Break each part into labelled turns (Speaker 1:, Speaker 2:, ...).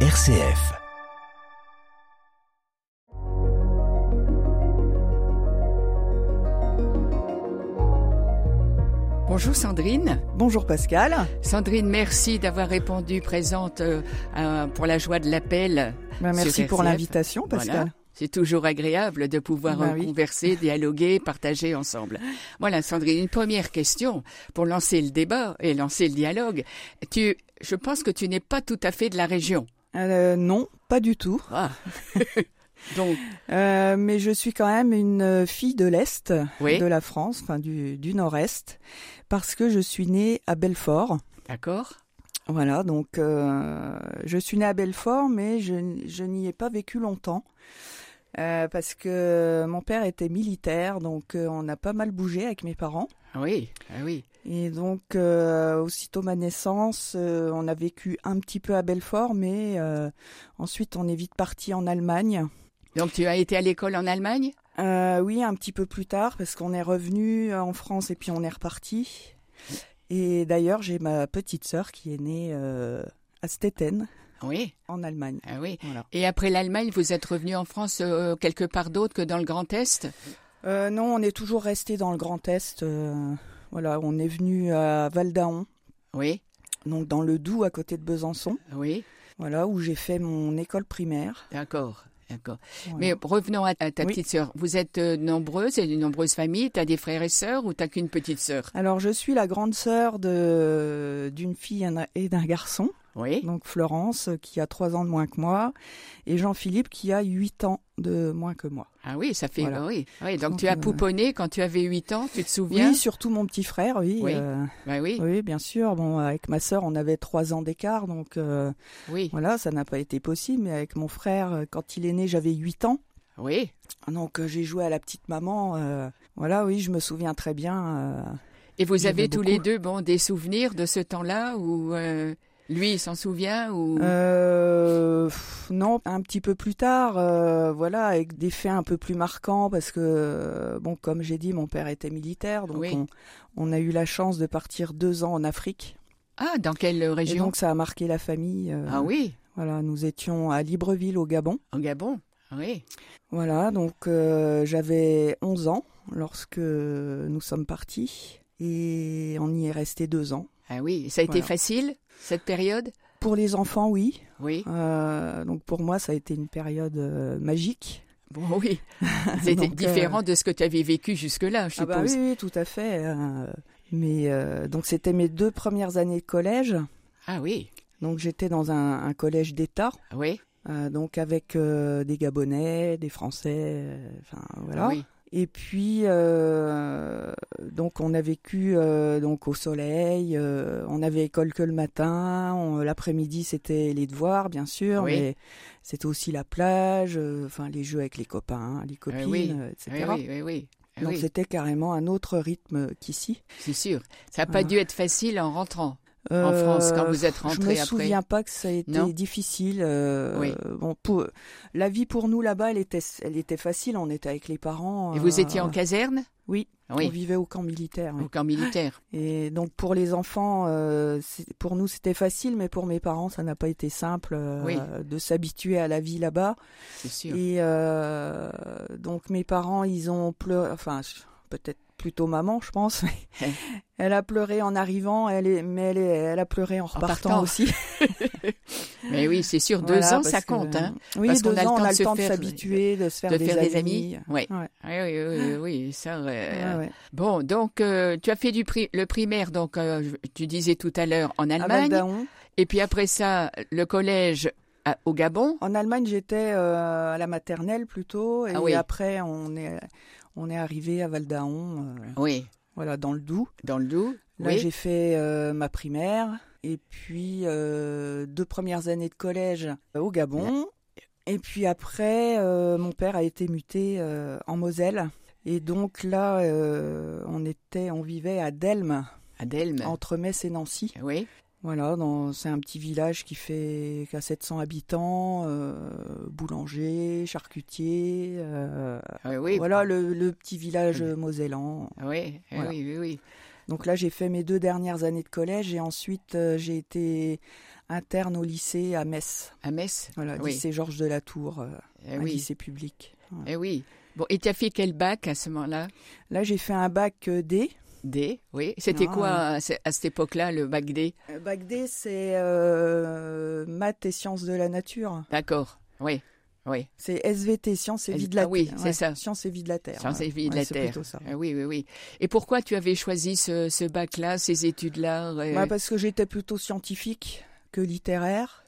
Speaker 1: RCF.
Speaker 2: Bonjour Sandrine.
Speaker 3: Bonjour Pascal.
Speaker 2: Sandrine, merci d'avoir répondu présente euh, à- pour la joie de l'appel.
Speaker 3: Ben, merci
Speaker 2: sur
Speaker 3: pour
Speaker 2: RCF.
Speaker 3: l'invitation Pascal.
Speaker 2: Voilà. C'est toujours agréable de pouvoir
Speaker 3: Ben
Speaker 2: euh,
Speaker 3: oui.
Speaker 2: converser, dialoguer, partager ensemble. Voilà, Sandrine, une première question pour lancer le débat et lancer le dialogue. Tu, je pense que tu n'es pas tout à fait de la région.
Speaker 3: Euh, non, pas du tout.
Speaker 2: Ah. Donc,
Speaker 3: Euh, mais je suis quand même une euh, fille de l'Est
Speaker 2: Oui.
Speaker 3: de la France, enfin du, du Nord-Est, parce que je suis née à Belfort.
Speaker 2: d'accord.
Speaker 3: Voilà, donc euh, je suis née à Belfort, mais je, n- je n'y ai pas vécu longtemps. euh, parce que mon père était militaire, donc euh, on a pas mal bougé avec mes parents.
Speaker 2: Ah Oui, ah oui.
Speaker 3: Et donc, euh, aussitôt ma naissance, euh, on a vécu un petit peu à Belfort, mais euh, ensuite on est vite parti en Allemagne.
Speaker 2: Donc tu as été à l'école en Allemagne
Speaker 3: Euh, oui, un petit peu plus tard, parce qu'on est revenu euh, en France et puis on est reparti. Et d'ailleurs, j'ai ma petite sœur qui est née euh, à Stettin,
Speaker 2: Oui,
Speaker 3: en Allemagne.
Speaker 2: ah oui.
Speaker 3: Voilà.
Speaker 2: Et après l'Allemagne, vous êtes revenu en France euh, quelque part d'autre que dans le Grand Est
Speaker 3: Euh, non, on est toujours resté dans le Grand Est. euh, voilà, on est venu à Valdaon,
Speaker 2: Oui,
Speaker 3: donc dans le Doubs, à côté de Besançon.
Speaker 2: oui,
Speaker 3: Voilà, où j'ai fait mon école primaire.
Speaker 2: d'accord. D'accord.
Speaker 3: Voilà.
Speaker 2: Mais revenons à, à ta
Speaker 3: Oui.
Speaker 2: petite sœur. Vous êtes euh, nombreuse, et une nombreuse famille. T'as des frères et sœurs ou t'as qu'une petite sœur
Speaker 3: Alors, je suis la grande sœur de- d'une fille et d'un garçon,
Speaker 2: Oui.
Speaker 3: donc Florence, qui a trois ans de moins que moi, et Jean-Philippe, qui a huit ans de moins que moi.
Speaker 2: Ah oui, ça fait.
Speaker 3: Voilà.
Speaker 2: oui. oui. Donc
Speaker 3: Donc,
Speaker 2: tu as
Speaker 3: euh,
Speaker 2: pouponné quand tu avais 8 ans. Tu te souviens
Speaker 3: Oui, surtout mon petit frère, oui.
Speaker 2: Oui.
Speaker 3: euh,
Speaker 2: Bah oui,
Speaker 3: oui, bien sûr. Bon, avec ma sœur, on avait trois ans d'écart, donc euh,
Speaker 2: oui,
Speaker 3: voilà, ça n'a pas été possible. Mais avec mon frère, euh, quand il est né, j'avais huit ans.
Speaker 2: oui.
Speaker 3: Donc euh, j'ai joué à la petite maman. euh, voilà, oui, je me souviens très bien. euh,
Speaker 2: Et vous
Speaker 3: J'aimais
Speaker 2: avez tous les
Speaker 3: beaucoup.
Speaker 2: deux bon des souvenirs de ce temps-là où euh, lui il s'en souvient ou
Speaker 3: Euh, pff, non, un petit peu plus tard, euh, voilà, avec des faits un peu plus marquants, parce que, euh, bon, comme j'ai dit, mon père était militaire, donc
Speaker 2: Oui.
Speaker 3: on, on a eu la chance de partir deux ans en Afrique.
Speaker 2: ah dans quelle
Speaker 3: Et
Speaker 2: région
Speaker 3: donc ça a marqué la famille. euh,
Speaker 2: Ah oui,
Speaker 3: Voilà, nous étions à Libreville au Gabon.
Speaker 2: au Gabon. Oui.
Speaker 3: Voilà, donc euh, j'avais 11 ans lorsque nous sommes partis, et on y est resté deux ans.
Speaker 2: Ah oui, ça a été
Speaker 3: Voilà.
Speaker 2: facile cette période
Speaker 3: Pour les enfants, oui.
Speaker 2: Oui.
Speaker 3: Euh, donc pour moi, ça a été une période euh, magique.
Speaker 2: Bon oui. C'était
Speaker 3: Donc, euh,
Speaker 2: différent de ce que tu avais vécu jusque-là, je
Speaker 3: Ah
Speaker 2: suppose.
Speaker 3: bah oui, oui, tout à fait. euh, mais euh, donc c'était mes deux premières années de collège.
Speaker 2: Ah oui. Ah
Speaker 3: Donc j'étais dans un, un collège d'État,
Speaker 2: Oui.
Speaker 3: euh, donc avec euh, des Gabonais, des Français, euh, enfin voilà.
Speaker 2: Ah oui.
Speaker 3: Et puis euh, donc on a vécu euh, donc au soleil, euh, on avait école que le matin, on- l'après-midi c'était les devoirs bien sûr,
Speaker 2: Oui.
Speaker 3: mais c'était aussi la plage, euh, enfin les jeux avec les copains, les copines,
Speaker 2: Eh oui.
Speaker 3: euh,
Speaker 2: Oui,
Speaker 3: etc.
Speaker 2: oui, oui, oui. Ah
Speaker 3: Donc
Speaker 2: oui,
Speaker 3: c'était carrément un autre rythme euh, qu'ici.
Speaker 2: c'est sûr. Ça n'a pas
Speaker 3: Ah.
Speaker 2: dû être facile en rentrant en France quand vous êtes rentré
Speaker 3: Euh, Je me
Speaker 2: après.
Speaker 3: souviens pas que ça a été
Speaker 2: Non
Speaker 3: difficile. euh,
Speaker 2: Oui.
Speaker 3: bon, pour- la vie pour nous là-bas, elle était, elle était facile. On était avec les parents.
Speaker 2: Et
Speaker 3: euh,
Speaker 2: vous étiez en caserne Ah
Speaker 3: Oui. On
Speaker 2: Oui.
Speaker 3: vivait au camp militaire. oui.
Speaker 2: Au camp militaire.
Speaker 3: Et donc pour les enfants, euh, c'est- pour nous c'était facile, mais pour mes parents, ça n'a pas été simple euh,
Speaker 2: Oui.
Speaker 3: de s'habituer à la vie là-bas.
Speaker 2: C'est sûr.
Speaker 3: Et euh, donc mes parents, ils ont pleuré, enfin je- peut-être plutôt maman, je pense. mais elle a pleuré en arrivant, elle est, mais elle, est- elle a pleuré en repartant
Speaker 2: partant.
Speaker 3: aussi.
Speaker 2: Mais oui, c'est sûr. Deux
Speaker 3: Voilà,
Speaker 2: ans, ça
Speaker 3: parce que-
Speaker 2: compte, hein,
Speaker 3: Oui,
Speaker 2: Parce
Speaker 3: deux
Speaker 2: qu'on a le
Speaker 3: ans,
Speaker 2: temps
Speaker 3: on
Speaker 2: de
Speaker 3: a
Speaker 2: se
Speaker 3: le temps de
Speaker 2: faire-
Speaker 3: s'habituer, de se faire,
Speaker 2: de
Speaker 3: des,
Speaker 2: faire
Speaker 3: amis.
Speaker 2: des amis. Ouais.
Speaker 3: Ouais. Ah.
Speaker 2: Oui, oui, oui, oui, ça. euh,
Speaker 3: Ouais, ouais.
Speaker 2: Bon, donc euh, tu as fait du pri- le primaire, donc euh, je- tu disais tout à l'heure en
Speaker 3: À
Speaker 2: Allemagne,
Speaker 3: Valdaon.
Speaker 2: et puis après ça le collège à- au Gabon.
Speaker 3: En Allemagne, j'étais euh, à la maternelle plutôt, et
Speaker 2: Ah oui.
Speaker 3: après on est on est arrivé à Valdaon, euh,
Speaker 2: Oui,
Speaker 3: voilà dans le Doubs.
Speaker 2: dans le Doubs.
Speaker 3: Là,
Speaker 2: oui.
Speaker 3: j'ai fait euh, ma primaire et puis euh, deux premières années de collège euh, au Gabon. Et puis après, euh, mon père a été muté euh, en Moselle. Et donc là, euh, on était, on vivait à Delme,
Speaker 2: à Delme. Ah
Speaker 3: entre Metz et Nancy.
Speaker 2: Oui,
Speaker 3: Voilà, dans- c'est un petit village qui fait qui a 700 habitants, euh, boulanger, charcutier. euh,
Speaker 2: ah oui, oui.
Speaker 3: voilà le, le petit village mosellan.
Speaker 2: Oui,
Speaker 3: Voilà.
Speaker 2: oui, oui, oui.
Speaker 3: Donc là, j'ai fait mes deux dernières années de collège et ensuite euh, j'ai été interne au lycée à Metz.
Speaker 2: À Metz
Speaker 3: Voilà,
Speaker 2: Oui.
Speaker 3: lycée Georges de la Tour, euh,
Speaker 2: Eh
Speaker 3: un
Speaker 2: oui.
Speaker 3: lycée public. Voilà.
Speaker 2: Eh oui. Bon, et tu as fait quel bac à ce moment-là
Speaker 3: Là, j'ai fait un bac euh, D.
Speaker 2: D, oui. C'était
Speaker 3: Ah.
Speaker 2: quoi à, ce- à cette époque-là, le bac D
Speaker 3: Euh, Bac D, c'est euh, maths et sciences de la nature.
Speaker 2: D'accord, oui, oui.
Speaker 3: C'est SVT, sciences et
Speaker 2: S-
Speaker 3: vie de la
Speaker 2: ah oui,
Speaker 3: Terre.
Speaker 2: c'est ça.
Speaker 3: Sciences et vie de la Terre.
Speaker 2: Sciences et vie de la
Speaker 3: c'est
Speaker 2: Terre.
Speaker 3: plutôt ça.
Speaker 2: Ah Oui, oui, oui. Et pourquoi tu avais choisi ce, ce bac-là, ces études-là euh,
Speaker 3: Bah, parce que j'étais plutôt scientifique que littéraire.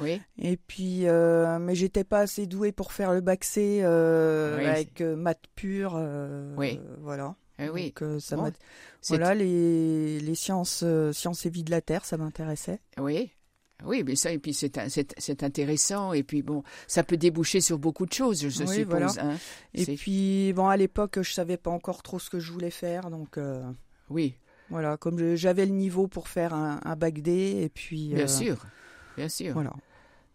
Speaker 2: Oui,
Speaker 3: Et puis, euh, mais j'étais pas assez douée pour faire le bac C euh,
Speaker 2: Oui,
Speaker 3: avec euh, maths pure. euh,
Speaker 2: Oui.
Speaker 3: euh, voilà.
Speaker 2: ah oui.
Speaker 3: Donc, euh, ça
Speaker 2: Bon,
Speaker 3: m'a-
Speaker 2: c'est-
Speaker 3: voilà les, les sciences, euh, sciences et vie de la Terre, ça m'intéressait.
Speaker 2: Oui. Oui, mais ça, et puis c'est, un- c'est, c'est intéressant, et puis bon, ça peut déboucher sur beaucoup de choses, je
Speaker 3: Oui,
Speaker 2: suppose.
Speaker 3: voilà.
Speaker 2: hein.
Speaker 3: Et
Speaker 2: C'est-
Speaker 3: puis, bon, à l'époque, je savais pas encore trop ce que je voulais faire, donc. euh,
Speaker 2: Oui,
Speaker 3: Voilà, comme je- j'avais le niveau pour faire un, un bac D, et puis.
Speaker 2: bien
Speaker 3: euh,
Speaker 2: sûr, bien sûr.
Speaker 3: Voilà.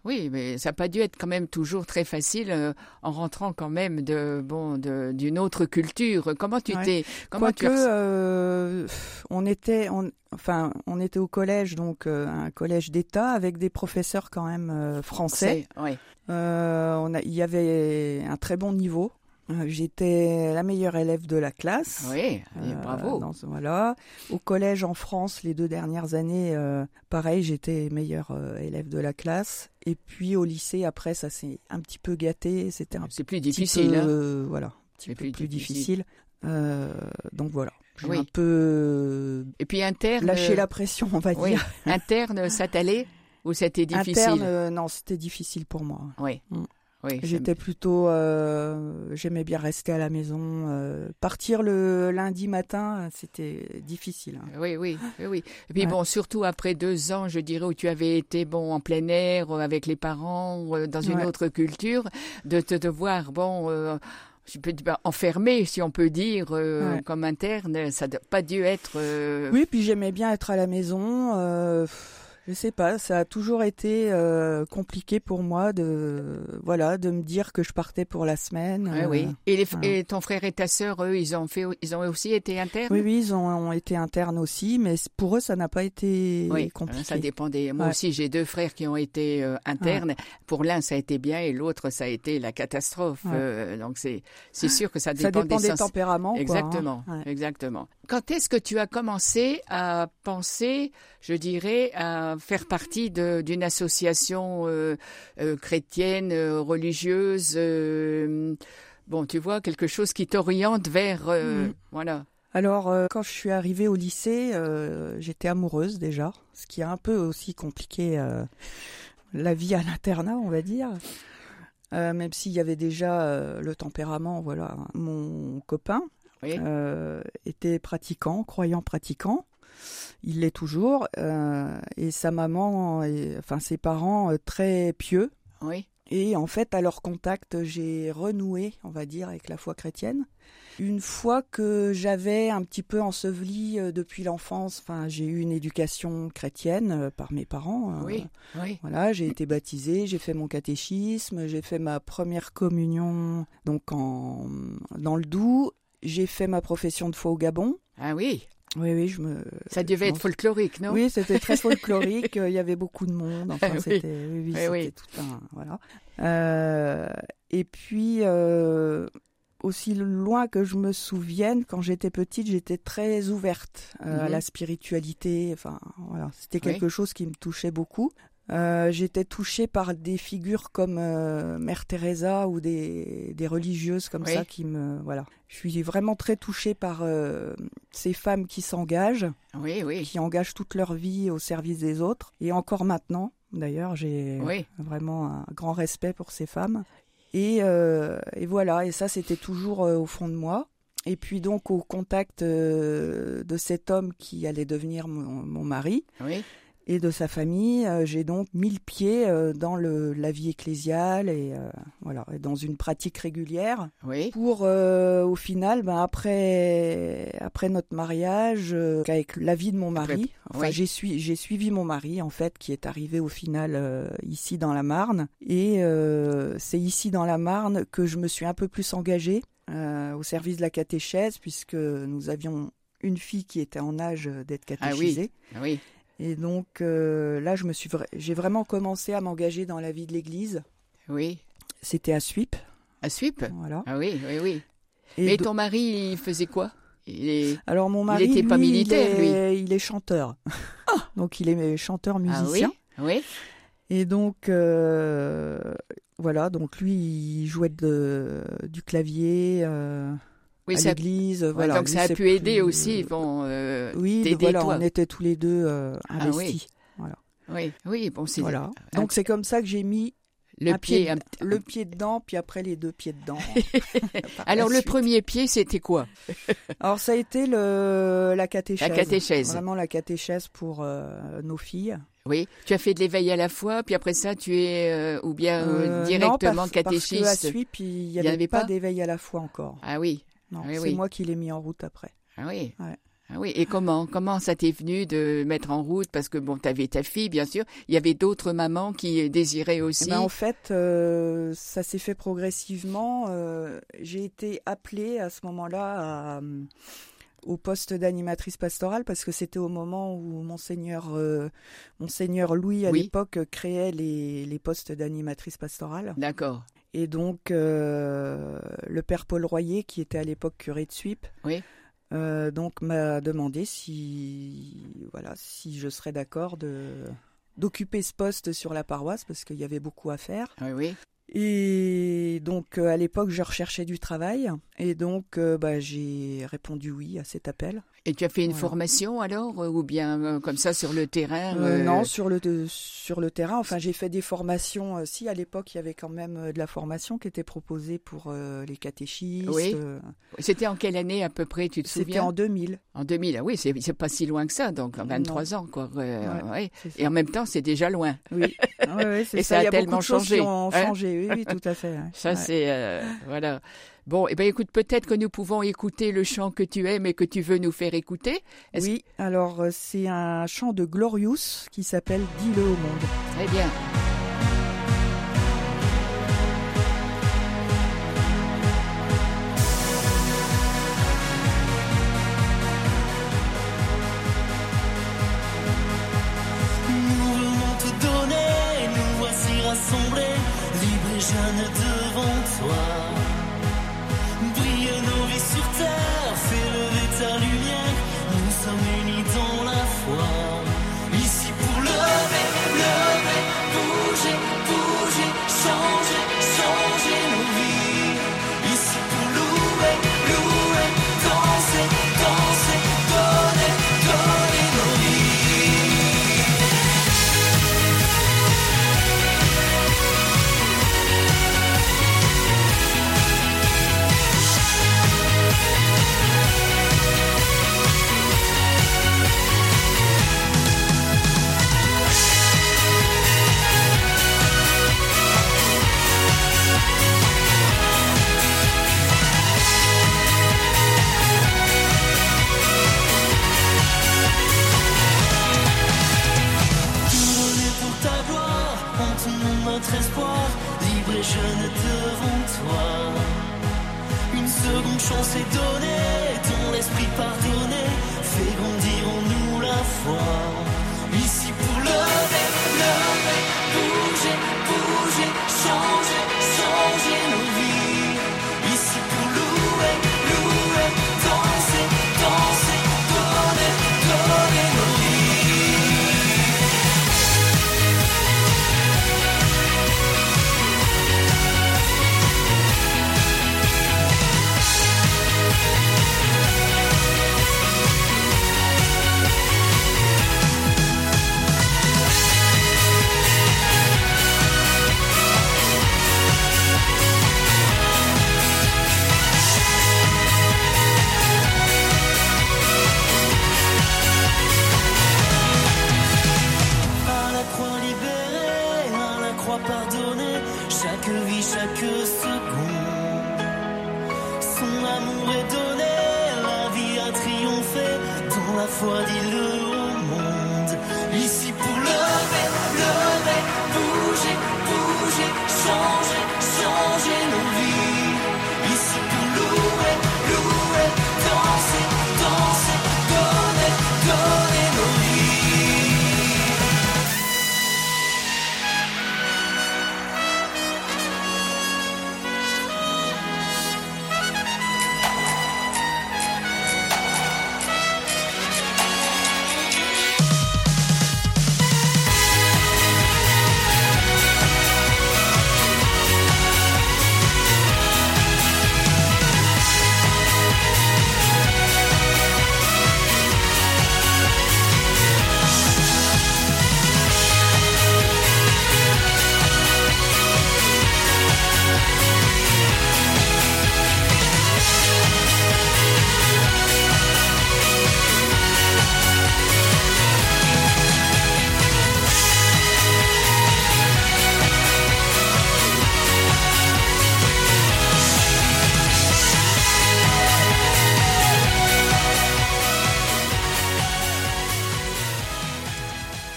Speaker 2: Oui, mais ça n'a pas dû être quand même toujours très facile euh, en rentrant quand même de bon de- d'une autre culture. Comment tu
Speaker 3: Ouais.
Speaker 2: t'es comment
Speaker 3: Quoique,
Speaker 2: tu as-
Speaker 3: euh, pff, on était, on- enfin, on était au collège, donc euh, un collège d'État avec des professeurs quand même euh, français.
Speaker 2: C'est- ouais.
Speaker 3: Euh, on a- il y avait un très bon niveau. Euh, J'étais la meilleure élève de la classe.
Speaker 2: Oui, et
Speaker 3: Euh,
Speaker 2: bravo.
Speaker 3: dans ce- voilà. Au collège en France, les deux dernières années, euh, pareil, j'étais meilleure euh, élève de la classe. Et puis au lycée, après, ça s'est un petit peu gâté. C'était un
Speaker 2: C'est plus
Speaker 3: petit
Speaker 2: difficile.
Speaker 3: peu,
Speaker 2: hein.
Speaker 3: euh, voilà, un petit
Speaker 2: C'est
Speaker 3: peu
Speaker 2: plus
Speaker 3: plus,
Speaker 2: difficile.
Speaker 3: difficile. Euh, donc voilà, j'ai
Speaker 2: Oui.
Speaker 3: un peu
Speaker 2: Et puis interne, euh,
Speaker 3: lâché la pression, on va
Speaker 2: oui,
Speaker 3: dire.
Speaker 2: interne, ça t'allait ou c'était difficile
Speaker 3: Interne, euh, non, c'était difficile pour moi.
Speaker 2: Oui,
Speaker 3: Mm.
Speaker 2: oui. ça-
Speaker 3: J'étais plutôt, euh, j'aimais bien rester à la maison. euh, partir le lundi matin, c'était difficile. hein.
Speaker 2: Oui, oui, oui, oui. Et puis
Speaker 3: Ouais.
Speaker 2: bon, surtout après deux ans, je dirais, où tu avais été bon en plein air euh, avec les parents, euh, dans une
Speaker 3: Ouais.
Speaker 2: autre culture, de te devoir bon, euh, je peux dire bah, enfermé, si on peut dire, euh,
Speaker 3: Ouais.
Speaker 2: comme interne, ça n'a pas dû être. euh,
Speaker 3: Oui, puis j'aimais bien être à la maison. euh, je sais pas, ça a toujours été euh, compliqué pour moi de, voilà, de me dire que je partais pour la semaine.
Speaker 2: ouais,
Speaker 3: euh.
Speaker 2: oui. Et, les f-
Speaker 3: voilà.
Speaker 2: et ton frère et ta sœur, eux, ils ont fait, ils ont aussi été internes.
Speaker 3: Oui, oui, ils ont, ont été internes aussi, mais c- pour eux, ça n'a pas été
Speaker 2: Oui, hein, euh,
Speaker 3: compliqué.
Speaker 2: ça dépendait. Moi
Speaker 3: Ouais.
Speaker 2: aussi, j'ai deux frères qui ont été euh, internes. Pour l'un, ça a été bien et l'autre, ça a été la catastrophe.
Speaker 3: Ouais.
Speaker 2: Euh, donc c'est c'est sûr que ça
Speaker 3: Ça
Speaker 2: dépend,
Speaker 3: dépend des
Speaker 2: sens-
Speaker 3: tempéraments. quoi, hein.
Speaker 2: Exactement,
Speaker 3: Ouais.
Speaker 2: exactement. Quand est-ce que tu as commencé à penser, je dirais, à faire partie de- d'une association euh, euh, chrétienne, euh, religieuse euh, Bon, tu vois, quelque chose qui t'oriente vers... euh,
Speaker 3: Mhm.
Speaker 2: Voilà.
Speaker 3: Alors, euh, quand je suis arrivée au lycée, euh, j'étais amoureuse déjà, ce qui a un peu aussi compliqué euh, la vie à l'internat, on va dire. Euh, même s'il y avait déjà euh, le tempérament, voilà. Mon copain
Speaker 2: Oui.
Speaker 3: euh, était pratiquant, croyant pratiquant. Il l'est toujours. euh, et sa maman, et, enfin ses parents, euh, très pieux.
Speaker 2: Oui,
Speaker 3: Et en fait, à leur contact, j'ai renoué, on va dire, avec la foi chrétienne. Une fois que j'avais un petit peu enseveli euh, depuis l'enfance, enfin, j'ai eu une éducation chrétienne euh, par mes parents. euh,
Speaker 2: oui, oui.
Speaker 3: Voilà, j'ai été baptisée, j'ai fait mon catéchisme, j'ai fait ma première communion donc en dans le Doubs, j'ai fait ma profession de foi au Gabon.
Speaker 2: Ah oui,
Speaker 3: Oui, oui, je me.
Speaker 2: ça devait être
Speaker 3: pense-
Speaker 2: folklorique, non
Speaker 3: Euh, Oui, c'était très folklorique. euh, Il y avait beaucoup de monde. Enfin,
Speaker 2: Oui.
Speaker 3: c'était oui, oui,
Speaker 2: Eh
Speaker 3: c'était
Speaker 2: oui.
Speaker 3: tout un voilà. Euh, et puis euh, aussi loin que je me souvienne, quand j'étais petite, j'étais très ouverte euh, à
Speaker 2: Mhm.
Speaker 3: la spiritualité. Enfin, voilà, c'était quelque chose qui me touchait beaucoup. Euh, j'étais touchée par des figures comme euh, Mère Teresa ou des, des religieuses comme
Speaker 2: Oui.
Speaker 3: ça qui me voilà. Je suis vraiment très touchée par euh, ces femmes qui s'engagent
Speaker 2: Oui, oui,
Speaker 3: qui engagent toute leur vie au service des autres. Et encore maintenant, d'ailleurs, j'ai
Speaker 2: oui.
Speaker 3: vraiment un grand respect pour ces femmes. Et, euh, et voilà, et ça, c'était toujours euh, au fond de moi. Et puis donc au contact euh, de cet homme qui allait devenir mon, mon mari
Speaker 2: oui.
Speaker 3: et de sa famille, euh, j'ai donc mis le pied euh, dans le, la vie ecclésiale et euh, voilà, et dans une pratique régulière
Speaker 2: Oui,
Speaker 3: pour euh, au final, ben, après, après notre mariage, euh, avec l'avis de mon mari, enfin,
Speaker 2: oui.
Speaker 3: j'ai sui- j'ai suivi mon mari en fait, qui est arrivé au final euh, ici dans la Marne, et euh, c'est ici dans la Marne que je me suis un peu plus engagée euh, au service de la catéchèse, puisque nous avions une fille qui était en âge d'être catéchisée.
Speaker 2: Ah oui.
Speaker 3: Et donc euh, là, je me suis, vra- j'ai vraiment commencé à m'engager dans la vie de l'Église.
Speaker 2: Oui.
Speaker 3: C'était à Suip,
Speaker 2: À Suip
Speaker 3: voilà.
Speaker 2: Ah oui, oui, oui.
Speaker 3: Et
Speaker 2: Mais
Speaker 3: do-
Speaker 2: ton mari, il faisait quoi Il est.
Speaker 3: alors mon mari,
Speaker 2: était pas
Speaker 3: lui,
Speaker 2: militaire,
Speaker 3: il est, il est chanteur. donc il est chanteur
Speaker 2: Ah
Speaker 3: musicien.
Speaker 2: oui. Oui.
Speaker 3: Et donc, euh, voilà, donc lui, il jouait de, du clavier euh,
Speaker 2: Oui,
Speaker 3: à
Speaker 2: ça.
Speaker 3: l'église.
Speaker 2: ouais,
Speaker 3: voilà,
Speaker 2: donc
Speaker 3: lui,
Speaker 2: ça a
Speaker 3: c'est
Speaker 2: pu aider
Speaker 3: plus-
Speaker 2: aussi. Bon. euh,
Speaker 3: oui,
Speaker 2: t'aider,
Speaker 3: voilà,
Speaker 2: toi.
Speaker 3: on était tous les deux euh,
Speaker 2: Ah oui,
Speaker 3: investis.
Speaker 2: Oui. Oui. Bon, c'est. Ah.
Speaker 3: voilà. Donc c'est comme ça que j'ai mis
Speaker 2: Le
Speaker 3: un
Speaker 2: pied.
Speaker 3: pied-
Speaker 2: un-
Speaker 3: le pied dedans, puis après les deux pieds dedans. Par la
Speaker 2: Alors le
Speaker 3: suite.
Speaker 2: premier pied, c'était quoi
Speaker 3: Alors ça a été le, la catéchèse.
Speaker 2: La catéchèse.
Speaker 3: Vraiment la catéchèse pour euh, nos filles.
Speaker 2: Oui. Tu as fait de l'éveil à la fois, puis après ça, tu es euh, ou bien euh,
Speaker 3: Euh,
Speaker 2: directement
Speaker 3: non, parce,
Speaker 2: catéchiste.
Speaker 3: Parce que à Suip, il n'y
Speaker 2: Il y
Speaker 3: avait,
Speaker 2: avait
Speaker 3: pas,
Speaker 2: pas
Speaker 3: d'éveil à la foi encore.
Speaker 2: Ah oui.
Speaker 3: Non,
Speaker 2: Oui,
Speaker 3: c'est
Speaker 2: oui.
Speaker 3: moi qui l'ai mis en route après.
Speaker 2: Ah oui.
Speaker 3: Ouais.
Speaker 2: Ah oui. Et comment comment ça t'est venu de mettre en route Parce que bon, t'avais ta fille, bien sûr. Il y avait d'autres mamans qui euh, désiraient
Speaker 3: Eh
Speaker 2: aussi.
Speaker 3: ben, en fait, euh, ça s'est fait progressivement. Euh, j'ai été appelée à ce moment-là à, euh, au poste d'animatrice pastorale parce que c'était au moment où monseigneur euh, monseigneur Louis à
Speaker 2: Oui.
Speaker 3: l'époque créait les, les postes d'animatrice pastorale
Speaker 2: D'accord.
Speaker 3: et donc euh, le père Paul Royer qui était à l'époque curé de Suip
Speaker 2: Oui.
Speaker 3: euh, donc m'a demandé si voilà si je serais d'accord de d'occuper ce poste sur la paroisse parce qu'il y avait beaucoup à faire
Speaker 2: Oui, Ah oui.
Speaker 3: et donc euh, à l'époque je recherchais du travail et donc euh, bah, j'ai répondu oui à cet appel.
Speaker 2: Et tu as fait une
Speaker 3: Voilà.
Speaker 2: formation alors, euh, ou bien euh, comme ça sur le terrain
Speaker 3: Euh,
Speaker 2: euh,
Speaker 3: non sur le de- sur le terrain. Enfin j'ai fait des formations. euh, si à l'époque il y avait quand même euh, de la formation qui était proposée pour euh, les catéchistes.
Speaker 2: Oui.
Speaker 3: euh,
Speaker 2: C'était en quelle année à peu près Tu te
Speaker 3: C'était
Speaker 2: souviens
Speaker 3: en 2000.
Speaker 2: En 2000. Ah oui, c'est c'est pas si loin que ça, donc en
Speaker 3: Non.
Speaker 2: 23 ans quoi. Euh,
Speaker 3: Ouais.
Speaker 2: ouais.
Speaker 3: c'est ça.
Speaker 2: Et en même temps, c'est déjà loin.
Speaker 3: Oui. Ah ouais, ouais, c'est
Speaker 2: Et
Speaker 3: ça.
Speaker 2: ça a
Speaker 3: il y a
Speaker 2: tellement
Speaker 3: beaucoup de choses
Speaker 2: changé,
Speaker 3: Qui ont
Speaker 2: hein
Speaker 3: changé. Oui, oui, tout à fait. ouais.
Speaker 2: Ça
Speaker 3: Ouais.
Speaker 2: c'est euh, voilà. Bon, eh ben écoute, peut-être que nous pouvons écouter le chant que tu aimes et que tu veux nous faire écouter. est-ce-
Speaker 3: Oui. Alors euh, c'est un chant de Glorious qui s'appelle Dis-le au monde.
Speaker 2: Très Eh bien.
Speaker 1: Nous venons te donner, nous voici rassemblés, libres et jeunes devant toi. Brille nos vies sur terre, fais lever ta lumière, nous sommes unis dans la foi. Ici pour lever, lever, bouger, bouger, changer, changer nos vies. Ici pour louer, louer, danser, danser, donner, donner nos vies. Donner pour ta gloire, en ton nom notre espoir, libre et jeune devant toi. Une seconde chance est donnée, ton esprit pardonné, fais grandir en nous la foi. Ici pour lever, lever, bouger, bouger, changer, changer nos vies. Ici pour louer, louer, danser, danser, donner, donner nos vies. À la croix libérée, à la croix pardonnée, chaque vie, chaque seconde. Son amour est donné, la vie a triomphé, dans la foi dis-le au monde. Ici pour lever, lever, bouger, bouger, changer, changer nos vies. Ici pour louer, louer, danser, danser,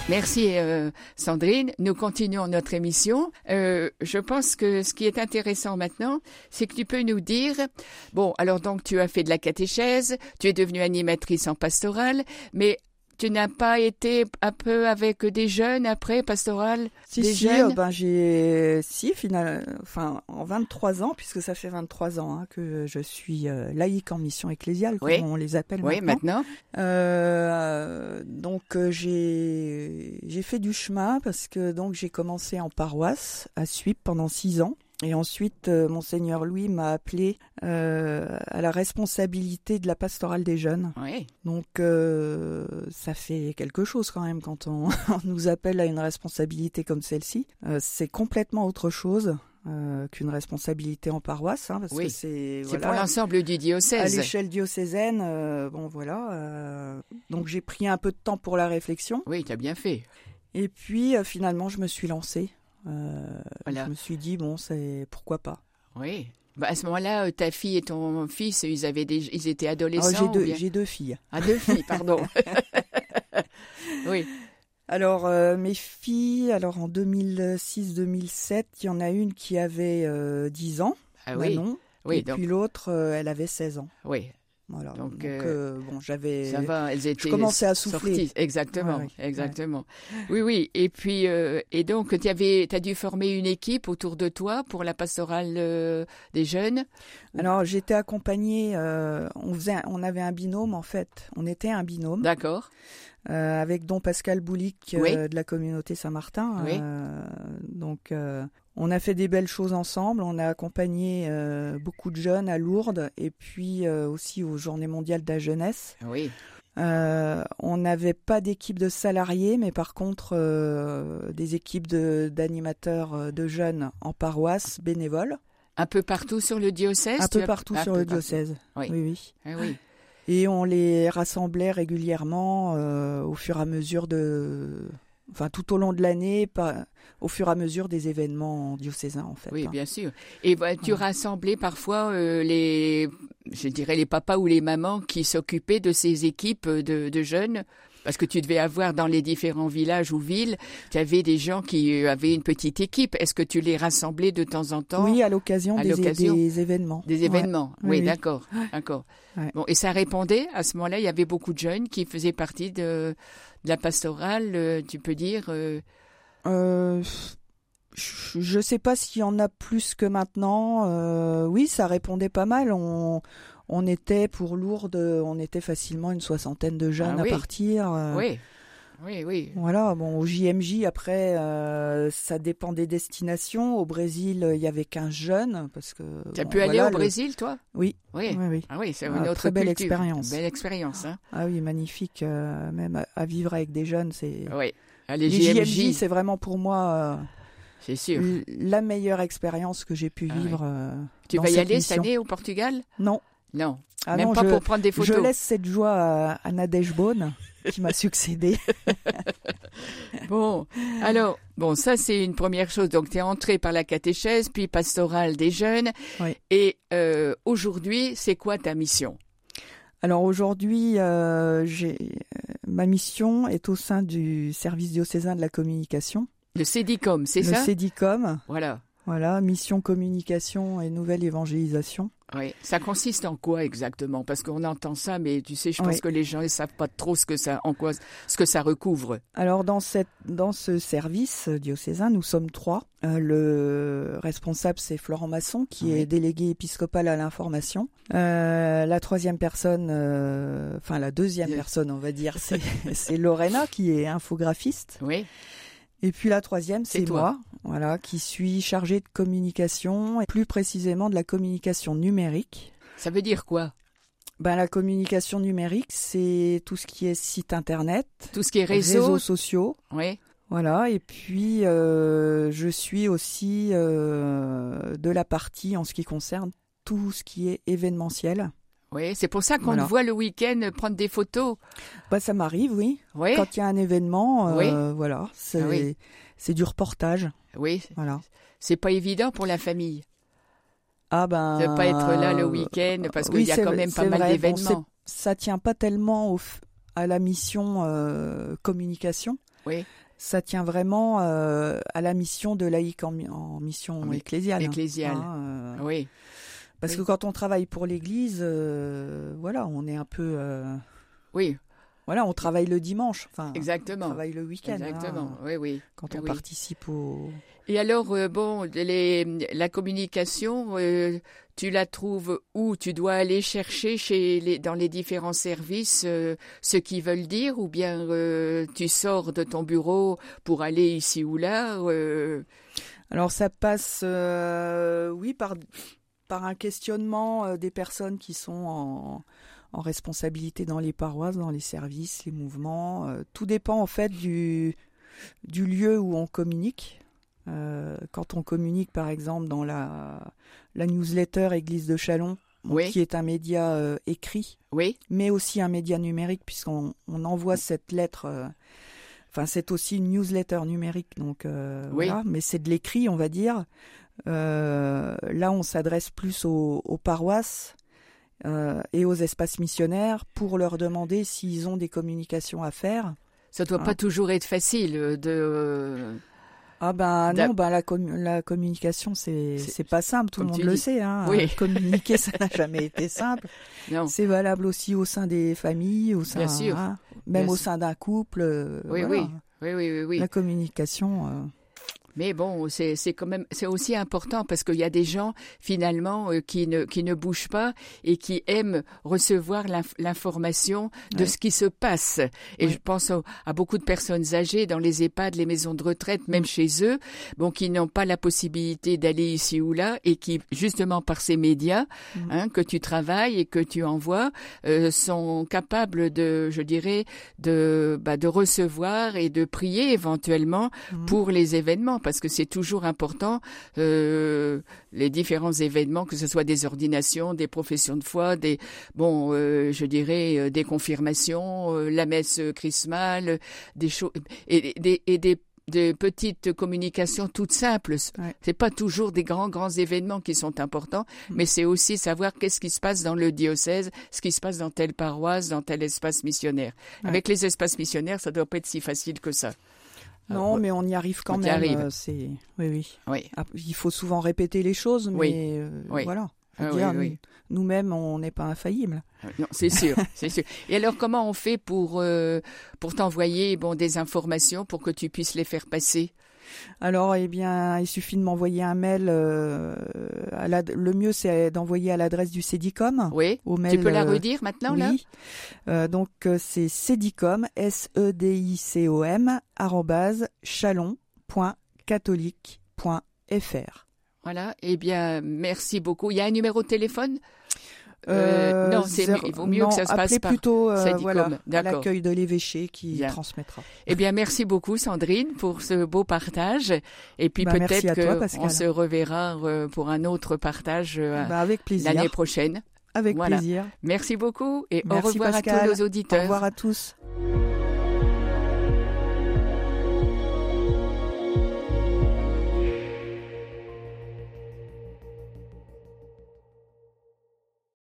Speaker 2: Merci euh, Sandrine. Nous continuons notre émission. Euh, je pense que ce qui est intéressant maintenant, c'est que tu peux nous dire, bon, alors donc tu as fait de la catéchèse, tu es devenue animatrice en pastorale, mais tu n'as pas été un peu avec des jeunes après pastorale
Speaker 3: Si,
Speaker 2: des
Speaker 3: si,
Speaker 2: jeunes
Speaker 3: euh, ben, j'ai, si, final, enfin, en 23 ans, puisque ça fait 23 ans hein, que je suis euh, laïque en mission ecclésiale, comme
Speaker 2: Oui.
Speaker 3: on les appelle
Speaker 2: Oui,
Speaker 3: maintenant.
Speaker 2: maintenant.
Speaker 3: Euh, donc euh, j'ai j'ai fait du chemin parce que donc j'ai commencé en paroisse à Suip pendant six ans et ensuite euh, monseigneur Louis m'a appelé euh, à la responsabilité de la pastorale des jeunes.
Speaker 2: Oui,
Speaker 3: Donc euh, ça fait quelque chose quand même quand on, on nous appelle à une responsabilité comme celle-ci. Euh, c'est complètement autre chose. euh, qu'une responsabilité en paroisse, hein, parce
Speaker 2: Oui.
Speaker 3: que c'est
Speaker 2: c'est
Speaker 3: voilà,
Speaker 2: pour l'ensemble du
Speaker 3: à
Speaker 2: diocèse.
Speaker 3: l'échelle diocésaine, euh, bon voilà. euh, donc j'ai pris un peu de temps pour la réflexion.
Speaker 2: Oui, tu as bien fait.
Speaker 3: Euh, Et puis euh, finalement, je me suis lancée. Euh,
Speaker 2: Voilà.
Speaker 3: Je me suis dit, bon, c'est pourquoi pas.
Speaker 2: Oui. Bah, à ce moment-là, euh, ta fille et ton fils, ils avaient des, ils étaient adolescents.
Speaker 3: Alors, Oh, j'ai,
Speaker 2: ou
Speaker 3: deux,
Speaker 2: bien-
Speaker 3: j'ai deux filles.
Speaker 2: Ah, deux filles, pardon. oui,
Speaker 3: Alors euh, mes filles, alors en 2006-2007, il y en a une qui avait euh, 10 ans,
Speaker 2: ah, oui,
Speaker 3: Manon,
Speaker 2: oui,
Speaker 3: et
Speaker 2: donc,
Speaker 3: puis l'autre, euh, elle avait 16 ans.
Speaker 2: oui,
Speaker 3: Voilà.
Speaker 2: Donc,
Speaker 3: Donc,
Speaker 2: euh,
Speaker 3: euh, bon, j'avais,
Speaker 2: ça va, elles étaient
Speaker 3: je commençais à souffler.
Speaker 2: sorties, exactement,
Speaker 3: Ouais, ouais,
Speaker 2: exactement. Oui, oui, et puis, euh, et donc, tu as dû former une équipe autour de toi pour la pastorale euh, des jeunes.
Speaker 3: Alors j'étais accompagnée, euh, on faisait, un- on avait un binôme en fait, on était un binôme.
Speaker 2: D'accord,
Speaker 3: Euh, avec don Pascal Boulic euh,
Speaker 2: Oui.
Speaker 3: de la communauté Saint-Martin.
Speaker 2: Oui.
Speaker 3: Euh, donc, euh, on a fait des belles choses ensemble. On a accompagné euh, beaucoup de jeunes à Lourdes et puis euh, aussi aux Journées mondiales de la jeunesse.
Speaker 2: oui,
Speaker 3: Euh, on n'avait pas d'équipe de salariés, mais par contre euh, des équipes de- d'animateurs euh, de, jeunes en paroisse bénévoles,
Speaker 2: un peu partout sur le diocèse.
Speaker 3: un
Speaker 2: tu
Speaker 3: peu
Speaker 2: as- Ah,
Speaker 3: partout
Speaker 2: un
Speaker 3: sur
Speaker 2: peu
Speaker 3: le
Speaker 2: partout.
Speaker 3: diocèse.
Speaker 2: Oui.
Speaker 3: oui, oui.
Speaker 2: Ah, oui.
Speaker 3: Et on les rassemblait régulièrement euh, au fur et à mesure de. Enfin, tout au long de l'année, pas... au fur et à mesure des événements diocésains, en fait.
Speaker 2: Oui,
Speaker 3: hein.
Speaker 2: bien sûr. Et bah, tu
Speaker 3: Ouais.
Speaker 2: rassemblais parfois euh, les, je dirais les papas ou les mamans qui s'occupaient de ces équipes de, de jeunes, parce que tu devais avoir dans les différents villages ou villes, tu avais des gens qui euh, avaient une petite équipe. Est-ce que tu les rassemblais de temps en temps
Speaker 3: Oui, à l'occasion
Speaker 2: À
Speaker 3: des,
Speaker 2: l'occasion
Speaker 3: des événements.
Speaker 2: Des
Speaker 3: Ouais.
Speaker 2: événements.
Speaker 3: Oui,
Speaker 2: Oui,
Speaker 3: oui.
Speaker 2: d'accord, d'accord.
Speaker 3: Ouais.
Speaker 2: Bon, et ça répondait à ce moment-là. Il y avait beaucoup de jeunes qui faisaient partie de, de la pastorale. euh, Tu peux dire. euh,
Speaker 3: Euh, je je sais pas s'il y en a plus que maintenant. Euh, oui, ça répondait pas mal. On, on était pour Lourdes, on était facilement une soixantaine de jeunes
Speaker 2: Ah oui.
Speaker 3: à partir. euh,
Speaker 2: Oui, oui, oui.
Speaker 3: Voilà, bon, au JMJ, après, euh, ça dépend des destinations. Au Brésil, euh, il y avait 15 jeunes. Parce que,
Speaker 2: Tu as
Speaker 3: bon,
Speaker 2: pu aller
Speaker 3: voilà,
Speaker 2: au
Speaker 3: le-
Speaker 2: Brésil, toi
Speaker 3: Oui.
Speaker 2: Oui.
Speaker 3: Oui, oui.
Speaker 2: Ah oui, c'est une
Speaker 3: Ah,
Speaker 2: autre
Speaker 3: très belle
Speaker 2: culture.
Speaker 3: expérience.
Speaker 2: Belle expérience, hein.
Speaker 3: Ah oui, magnifique. euh, même à, à vivre avec des jeunes, c'est.
Speaker 2: Oui. Ah,
Speaker 3: Les
Speaker 2: les
Speaker 3: JMJ,
Speaker 2: JMJ,
Speaker 3: c'est vraiment pour moi
Speaker 2: c'est
Speaker 3: euh,
Speaker 2: sûr.
Speaker 3: l- la meilleure expérience que j'ai pu
Speaker 2: Ah oui.
Speaker 3: vivre. euh,
Speaker 2: Tu
Speaker 3: dans
Speaker 2: vas y
Speaker 3: cette
Speaker 2: aller cette
Speaker 3: mission.
Speaker 2: année au Portugal
Speaker 3: Non.
Speaker 2: Non,
Speaker 3: Ah
Speaker 2: même
Speaker 3: non,
Speaker 2: pas
Speaker 3: je,
Speaker 2: pour prendre des
Speaker 3: je
Speaker 2: photos.
Speaker 3: laisse cette joie à, à Nadège Beaune, qui m'a succédé.
Speaker 2: Bon, alors, bon, ça c'est une première chose. Donc, tu es entré par la catéchèse, puis pastorale des jeunes.
Speaker 3: Oui.
Speaker 2: Et euh, aujourd'hui, c'est quoi ta mission
Speaker 3: Alors aujourd'hui, euh, j'ai- euh, ma mission est au sein du service diocésain de la communication,
Speaker 2: Le CEDICOM, c'est
Speaker 3: le
Speaker 2: ça
Speaker 3: CEDICOM.
Speaker 2: Voilà.
Speaker 3: Voilà, mission communication et nouvelle évangélisation.
Speaker 2: Oui. Ça consiste en quoi exactement Parce qu'on entend ça, mais tu sais, je pense
Speaker 3: Oui.
Speaker 2: que les gens ne savent pas trop ce que ça, en quoi, ce que ça recouvre.
Speaker 3: Alors dans, cette, dans ce service diocésain, nous sommes trois. Euh, le responsable, c'est Florent Masson, qui
Speaker 2: Oui.
Speaker 3: est délégué épiscopal à l'information. Euh, la troisième personne, euh, enfin la deuxième
Speaker 2: Oui.
Speaker 3: personne, on va dire, c'est c'est Lorena, qui est infographiste.
Speaker 2: Oui.
Speaker 3: Et puis la troisième,
Speaker 2: C'est
Speaker 3: c'est
Speaker 2: toi.
Speaker 3: moi, voilà, qui suis chargée de communication et plus précisément de la communication numérique.
Speaker 2: Ça veut dire quoi
Speaker 3: Ben, la communication numérique, c'est tout ce qui est site internet,
Speaker 2: Tout ce qui est réseau.
Speaker 3: réseaux sociaux.
Speaker 2: Oui.
Speaker 3: Voilà, et puis euh, je suis aussi euh, de la partie en ce qui concerne tout ce qui est événementiel.
Speaker 2: Oui, c'est pour ça qu'on
Speaker 3: Voilà.
Speaker 2: te voit le week-end prendre des photos.
Speaker 3: Ben, ça m'arrive, oui.
Speaker 2: Oui,
Speaker 3: Quand il y a un événement, euh, voilà, c'est
Speaker 2: Ah oui.
Speaker 3: c'est du reportage,
Speaker 2: oui,
Speaker 3: voilà.
Speaker 2: c'est pas évident pour la famille
Speaker 3: Ah ben, euh,
Speaker 2: de pas être là le week-end parce qu'il
Speaker 3: oui,
Speaker 2: y a
Speaker 3: c'est
Speaker 2: quand
Speaker 3: vrai-
Speaker 2: même pas
Speaker 3: c'est
Speaker 2: mal
Speaker 3: vrai. Bon,
Speaker 2: d'événements.
Speaker 3: ça tient pas tellement au f- à la mission euh, communication.
Speaker 2: Oui.
Speaker 3: Ça tient vraiment euh, à la mission de laïque en, mi- en mission
Speaker 2: En mi-
Speaker 3: ecclésiale.
Speaker 2: ecclésiale.
Speaker 3: hein, euh,
Speaker 2: Oui.
Speaker 3: parce
Speaker 2: Oui.
Speaker 3: que quand on travaille pour l'Église, euh, voilà, on est un peu, euh,
Speaker 2: Oui.
Speaker 3: voilà, on travaille le dimanche, enfin, on
Speaker 2: Exactement.
Speaker 3: travaille le week-end. hein,
Speaker 2: Exactement. Oui, oui.
Speaker 3: quand on
Speaker 2: Oui.
Speaker 3: participe au.
Speaker 2: Et alors, euh, bon, les- la communication, euh, tu la trouves où Tu dois aller chercher chez les, dans les différents services euh, ce qu'ils veulent dire ou bien euh, tu sors de ton bureau pour aller ici ou là euh,
Speaker 3: Alors ça passe, euh, oui, par, par un questionnement euh, des personnes qui sont en, en responsabilité dans les paroisses, dans les services, les mouvements. euh, tout dépend en fait du, du lieu où on communique. Euh, quand on communique par exemple dans la, la newsletter Église de Chalon, bon,
Speaker 2: Oui.
Speaker 3: qui est un média euh, écrit,
Speaker 2: Oui,
Speaker 3: mais aussi un média numérique puisqu'on on envoie cette lettre. euh, Enfin, c'est aussi une newsletter numérique, donc euh,
Speaker 2: Oui.
Speaker 3: voilà. Mais c'est de l'écrit, on va dire. Euh, là, on s'adresse plus aux, aux paroisses euh, et aux espaces missionnaires pour leur demander s'ils ont des communications à faire.
Speaker 2: ça doit pas
Speaker 3: Ah.
Speaker 2: toujours être facile euh, de.
Speaker 3: Ah ben
Speaker 2: D'a-
Speaker 3: non, ben la, com- la communication, c'est
Speaker 2: C'est-
Speaker 3: c'est pas simple, tout le
Speaker 2: comme
Speaker 3: monde
Speaker 2: tu
Speaker 3: le
Speaker 2: dis.
Speaker 3: sait. Hein.
Speaker 2: Oui.
Speaker 3: Euh, Communiquer, ça n'a jamais été simple.
Speaker 2: Non.
Speaker 3: C'est valable aussi au sein des familles, au sein,
Speaker 2: Bien sûr.
Speaker 3: hein, même
Speaker 2: Bien
Speaker 3: au
Speaker 2: sûr.
Speaker 3: sein d'un couple. euh,
Speaker 2: Oui,
Speaker 3: voilà.
Speaker 2: oui. Oui, oui, oui, oui.
Speaker 3: La communication. euh,
Speaker 2: Mais bon, c'est c'est quand même c'est aussi important parce qu'il y a des gens finalement euh, qui ne qui ne bougent pas et qui aiment recevoir l'inf- l'information de
Speaker 3: Ouais.
Speaker 2: ce qui se passe. Et
Speaker 3: Ouais.
Speaker 2: je pense au- à beaucoup de personnes âgées dans les EHPAD, les maisons de retraite,
Speaker 3: Mm.
Speaker 2: même chez eux, bon qui n'ont pas la possibilité d'aller ici ou là et qui justement par ces médias
Speaker 3: Mm.
Speaker 2: hein, que tu travailles et que tu envoies euh, sont capables de je dirais de bah, de recevoir et de prier éventuellement
Speaker 3: Mhm.
Speaker 2: pour les événements, parce que c'est toujours important, euh, les différents événements, que ce soit des ordinations, des professions de foi, des, bon, euh, je dirais, euh, des confirmations, euh, la messe euh, chrismale, euh, des choses, et, et des, et des des petites communications toutes simples.
Speaker 3: Ouais.
Speaker 2: C'est pas toujours des grands grands événements qui sont importants,
Speaker 3: Mhm.
Speaker 2: mais c'est aussi savoir qu'est-ce qui se passe dans le diocèse, ce qui se passe dans telle paroisse, dans tel espace missionnaire.
Speaker 3: Ouais.
Speaker 2: Avec les espaces missionnaires, ça doit pas être si facile que ça.
Speaker 3: Non,
Speaker 2: Euh,
Speaker 3: mais on y arrive quand
Speaker 2: on y
Speaker 3: même.
Speaker 2: arrive.
Speaker 3: euh, c'est oui, oui.
Speaker 2: Oui.
Speaker 3: Ah, Il faut souvent répéter les choses, mais
Speaker 2: Oui.
Speaker 3: euh,
Speaker 2: Oui.
Speaker 3: voilà. Je veux
Speaker 2: Ah oui,
Speaker 3: dire,
Speaker 2: oui. Ah
Speaker 3: nous- Nous-mêmes, on n'est pas infaillibles.
Speaker 2: Non, c'est sûr, c'est sûr. Et alors, comment on fait pour euh, pour t'envoyer bon des informations pour que tu puisses les faire passer
Speaker 3: Alors, eh bien, il suffit de m'envoyer un mail. euh, à la- le mieux, c'est d'envoyer à l'adresse du Cédicom.
Speaker 2: Oui.
Speaker 3: Au mail,
Speaker 2: Tu peux la
Speaker 3: euh,
Speaker 2: redire maintenant là
Speaker 3: oui. Euh, donc, euh, c'est Cédicom, S-E-D-I-C-O-M, arrobase, chalon.catholique.fr.
Speaker 2: Voilà. Eh bien, merci beaucoup. Il y a un numéro de téléphone
Speaker 3: Euh,
Speaker 2: non, c'est
Speaker 3: zéro-
Speaker 2: il vaut mieux que ça se passe
Speaker 3: appelez
Speaker 2: par.
Speaker 3: plutôt euh,
Speaker 2: Sadicom.
Speaker 3: voilà, à
Speaker 2: D'accord.
Speaker 3: l'accueil de l'évêché qui
Speaker 2: Bien.
Speaker 3: transmettra.
Speaker 2: Eh bien, merci beaucoup Sandrine pour ce beau partage. Et puis
Speaker 3: Bah, merci
Speaker 2: peut-être
Speaker 3: à toi,
Speaker 2: que
Speaker 3: Pascal.
Speaker 2: on se reverra euh, pour un autre partage euh,
Speaker 3: Bah, avec plaisir.
Speaker 2: l'année prochaine.
Speaker 3: Avec
Speaker 2: Voilà.
Speaker 3: plaisir.
Speaker 2: Merci beaucoup et
Speaker 3: Merci,
Speaker 2: au revoir à
Speaker 3: Pascal.
Speaker 2: tous nos
Speaker 3: Au
Speaker 2: auditeurs.
Speaker 3: revoir à tous.